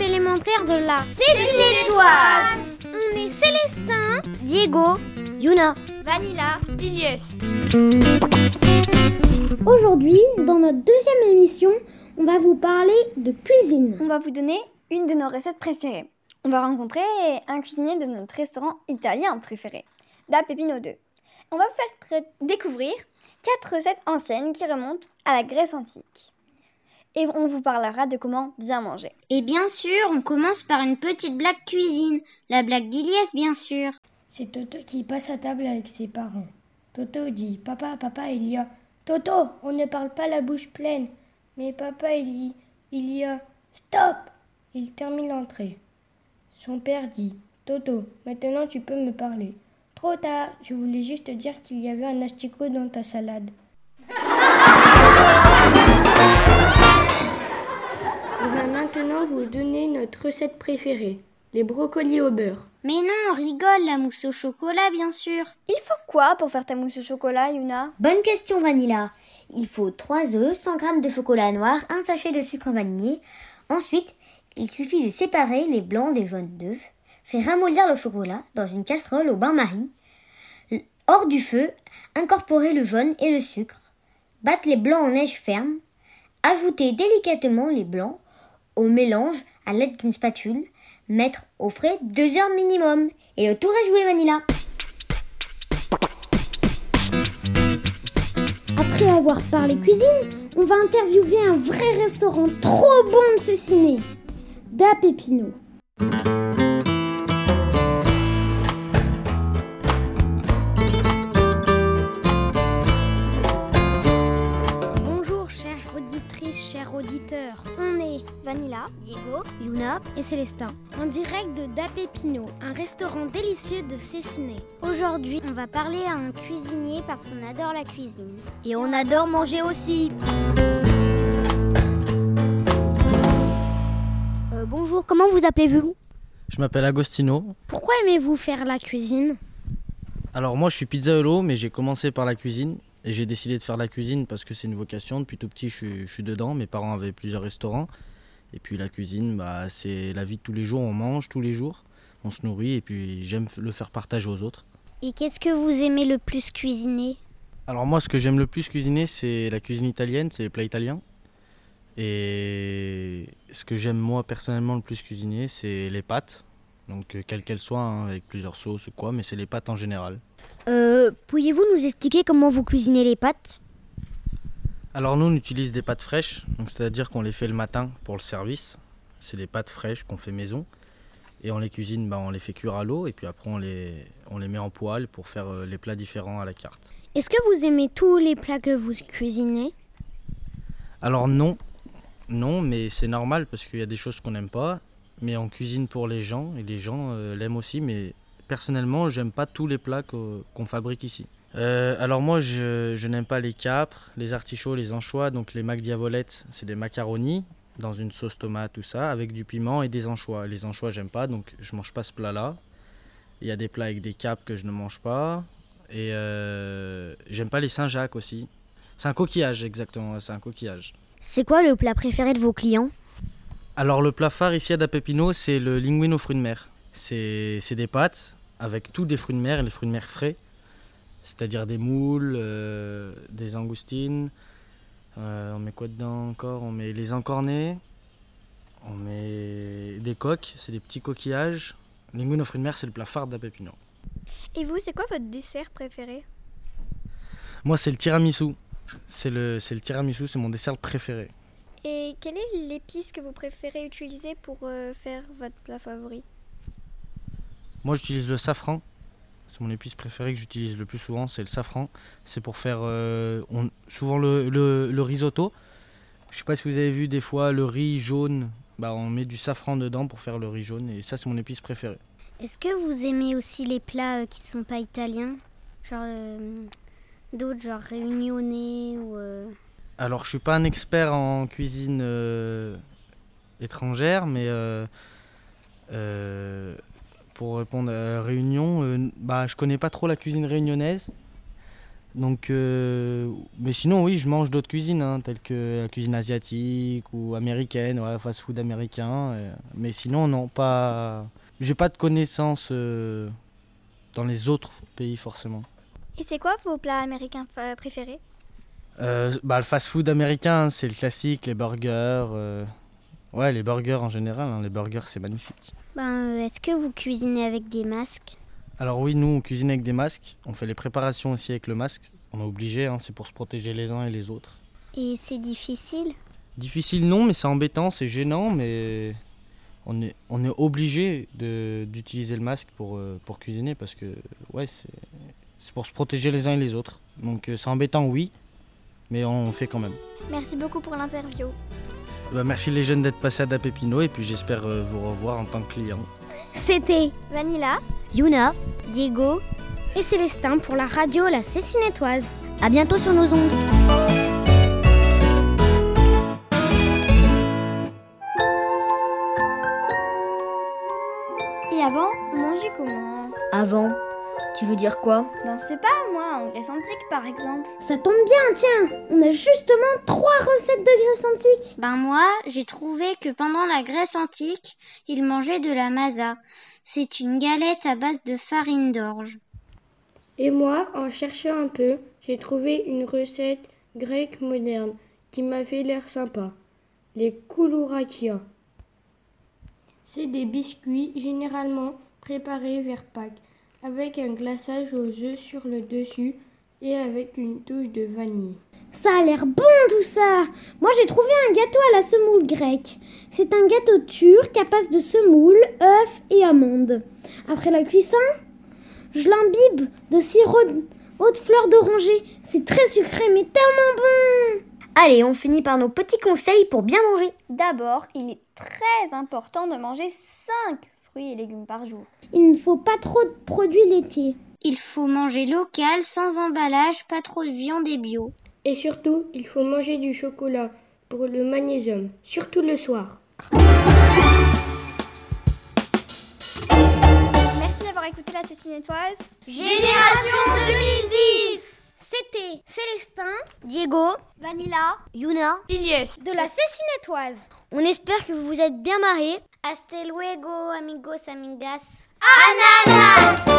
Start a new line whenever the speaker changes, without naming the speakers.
élémentaire de la Céciletoise. On est Célestin, Diego, Yuna, Vanilla, Iliès.
Aujourd'hui, dans notre deuxième émission, on va vous parler de cuisine.
On va vous donner une de nos recettes préférées. On va rencontrer un cuisinier de notre restaurant italien préféré, Da Pepino 2. On va vous faire re- découvrir quatre recettes anciennes qui remontent à la Grèce antique. Et on vous parlera de comment bien manger.
Et bien sûr, on commence par une petite blague cuisine. La blague d'Iliès, bien sûr.
C'est Toto qui passe à table avec ses parents. Toto dit Papa, papa, il y a. Toto, on ne parle pas la bouche pleine. Mais papa, il y, il y a. Stop Il termine l'entrée. Son père dit Toto, maintenant tu peux me parler. Trop tard, je voulais juste te dire qu'il y avait un asticot dans ta salade. On va maintenant vous donner notre recette préférée les brocolis au beurre.
Mais non, on rigole, la mousse au chocolat, bien sûr.
Il faut quoi pour faire ta mousse au chocolat, Yuna
Bonne question, Vanilla. Il faut 3 œufs, 100 g de chocolat noir, un sachet de sucre vanillé. Ensuite, il suffit de séparer les blancs des jaunes d'œufs. Faire ramollir le chocolat dans une casserole au bain-marie. L- Hors du feu, incorporer le jaune et le sucre. Battre les blancs en neige ferme. Ajouter délicatement les blancs au mélange à l'aide d'une spatule. Mettre au frais 2 heures minimum. Et le tour est joué, Vanilla.
Après avoir parlé cuisine, on va interviewer un vrai restaurant trop bon de Céciné, Da Pepino.
Bonjour chères auditrices, chers auditeurs.
On est
Vanilla,
Diego
Yuna,
et Célestin, en direct de Da Pepino, un restaurant délicieux de Céciné.
aujourd'hui on va parler à un cuisinier parce qu'on adore la cuisine. Et on adore manger aussi. Euh, bonjour, comment vous appelez-vous
Je m'appelle Agostino.
Pourquoi aimez-vous faire la cuisine
Alors moi je suis pizzaolo mais j'ai commencé par la cuisine et j'ai décidé de faire la cuisine parce que c'est une vocation. Depuis tout petit je, suis- je suis dedans, mes parents avaient plusieurs restaurants et puis la cuisine bah, c'est la vie de tous les jours, on mange tous les jours, on se nourrit et puis j'aime f- le faire partager aux autres.
Et qu'est-ce que vous aimez le plus cuisiner
Alors moi ce que j'aime le plus cuisiner c'est la cuisine italienne, c'est les plats italiens. Et ce que j'aime moi personnellement le plus cuisiner c'est les pâtes. Donc euh, quelles qu'elles soient, hein, avec plusieurs sauces ou quoi, mais c'est les pâtes en général.
euh, Pourriez-vous nous expliquer comment vous cuisinez les pâtes
Alors nous on utilise des pâtes fraîches, donc c'est-à-dire qu'on les fait le matin pour le service. C'est des pâtes fraîches qu'on fait maison et on les cuisine, bah, on les fait cuire à l'eau et puis après on les, on les met en poêle pour faire euh, les plats différents à la carte.
Est-ce que vous aimez tous les plats que vous cuisinez
Alors non, non, mais c'est normal parce qu'il y a des choses qu'on n'aime pas, mais on cuisine pour les gens et les gens euh, l'aiment aussi. Mais personnellement, j'aime pas tous les plats qu'o- qu'on fabrique ici. Euh, alors moi, je, je n'aime pas les capres, les artichauts, les anchois, donc les mac diavolettes, c'est des macaronis dans une sauce tomate, tout ça, avec du piment et des anchois. Les anchois, j'aime pas, donc je mange pas ce plat-là. Il y a des plats avec des capres que je ne mange pas. Et euh, j'aime pas les Saint-Jacques aussi. C'est un coquillage, exactement, ouais, c'est un coquillage.
C'est quoi le plat préféré de vos clients
Alors le plat phare ici à Da Pepino, c'est le linguine aux fruits de mer. C'est c'est des pâtes avec tous des fruits de mer, et les fruits de mer frais, c'est-à-dire des moules, euh, des angoustines. Euh, on met quoi dedans encore On met les encornés, on met des coques, c'est des petits coquillages. Linguine aux fruits de mer, c'est le plat phare de Da Pepino.
Et vous, c'est quoi votre dessert préféré
Moi, c'est le tiramisu. C'est le, c'est le tiramisu, c'est mon dessert préféré.
Et quelle est l'épice que vous préférez utiliser pour euh, faire votre plat favori
Moi, j'utilise le safran. C'est mon épice préférée que j'utilise le plus souvent, c'est le safran. C'est pour faire euh, on- souvent le, le- le risotto. Je sais pas si vous avez vu des fois le riz jaune. Bah, on met du safran dedans pour faire le riz jaune et ça, c'est mon épice préférée.
Est-ce que vous aimez aussi les plats euh, qui ne sont pas italiens Genre euh, d'autres, genre réunionnais ou... euh,
Alors, je suis pas un expert en cuisine euh, étrangère, mais euh, euh, pour répondre à Réunion, euh, bah, je connais pas trop la cuisine réunionnaise. Donc, euh, mais sinon, oui, je mange d'autres cuisines, hein, telles que la cuisine asiatique ou américaine, voilà, fast-food américain. euh, mais sinon, non, pas. J'ai pas de connaissances euh, dans les autres pays forcément.
Et c'est quoi vos plats américains fa- préférés
Euh, bah, le fast-food américain, hein, c'est le classique, les burgers. euh, Ouais, les burgers en général, hein, les burgers, c'est magnifique.
Ben, euh, est-ce que vous cuisinez avec des masques
Alors oui, nous, on cuisine avec des masques. On fait les préparations aussi avec le masque. On est obligé, hein, c'est pour se protéger les uns et les autres.
Et c'est difficile
Difficile non, mais c'est embêtant, c'est gênant, mais on est, on est obligé de- d'utiliser le masque pour, euh, pour cuisiner parce que ouais, c'est c'est pour se protéger les uns et les autres. Donc euh, c'est embêtant, oui, mais on le fait quand même.
Merci beaucoup pour l'interview.
Bah, merci les jeunes d'être passés à Da Pépino et puis j'espère euh, vous revoir en tant que client.
C'était
Vanilla,
Yuna,
Diego
et Célestin pour la radio La Cécinetoise.
à bientôt sur nos ondes.
et avant, manger comment
Avant, tu veux dire quoi
Ben, je sais pas, moi, en Grèce antique par exemple.
Ça tombe bien, tiens On a justement trois recettes de Grèce antique
Ben moi, j'ai trouvé que pendant la Grèce antique, ils mangeaient de la masa. C'est une galette à base de farine d'orge.
Et moi, en cherchant un peu, j'ai trouvé une recette grecque moderne qui m'a fait l'air sympa. Les koulourakia. C'est des biscuits généralement préparés vers Pâques, avec un glaçage aux œufs sur le dessus et avec une touche de vanille.
Ça a l'air bon tout ça Moi j'ai trouvé un gâteau à la semoule grecque. C'est un gâteau turc à base de semoule, œufs et amandes. Après la cuisson, je l'imbibe de sirop de haute fleur d'oranger. C'est très sucré mais tellement bon
Allez, on finit par nos petits conseils pour bien manger.
D'abord, il est très important de manger 5 fruits et légumes par jour.
Il ne faut pas trop de produits laitiers.
Il faut manger local, sans emballage, pas trop de viande et bio.
Et surtout, il faut manger du chocolat pour le magnésium, surtout le soir.
Merci d'avoir écouté la Cécinetoise.
C'était Célestin
Diego,
Vanilla,
Yuna,
de la Cécinetoise.
on espère que vous vous êtes bien marrés.
Hasta luego, amigos, amigas.
ananas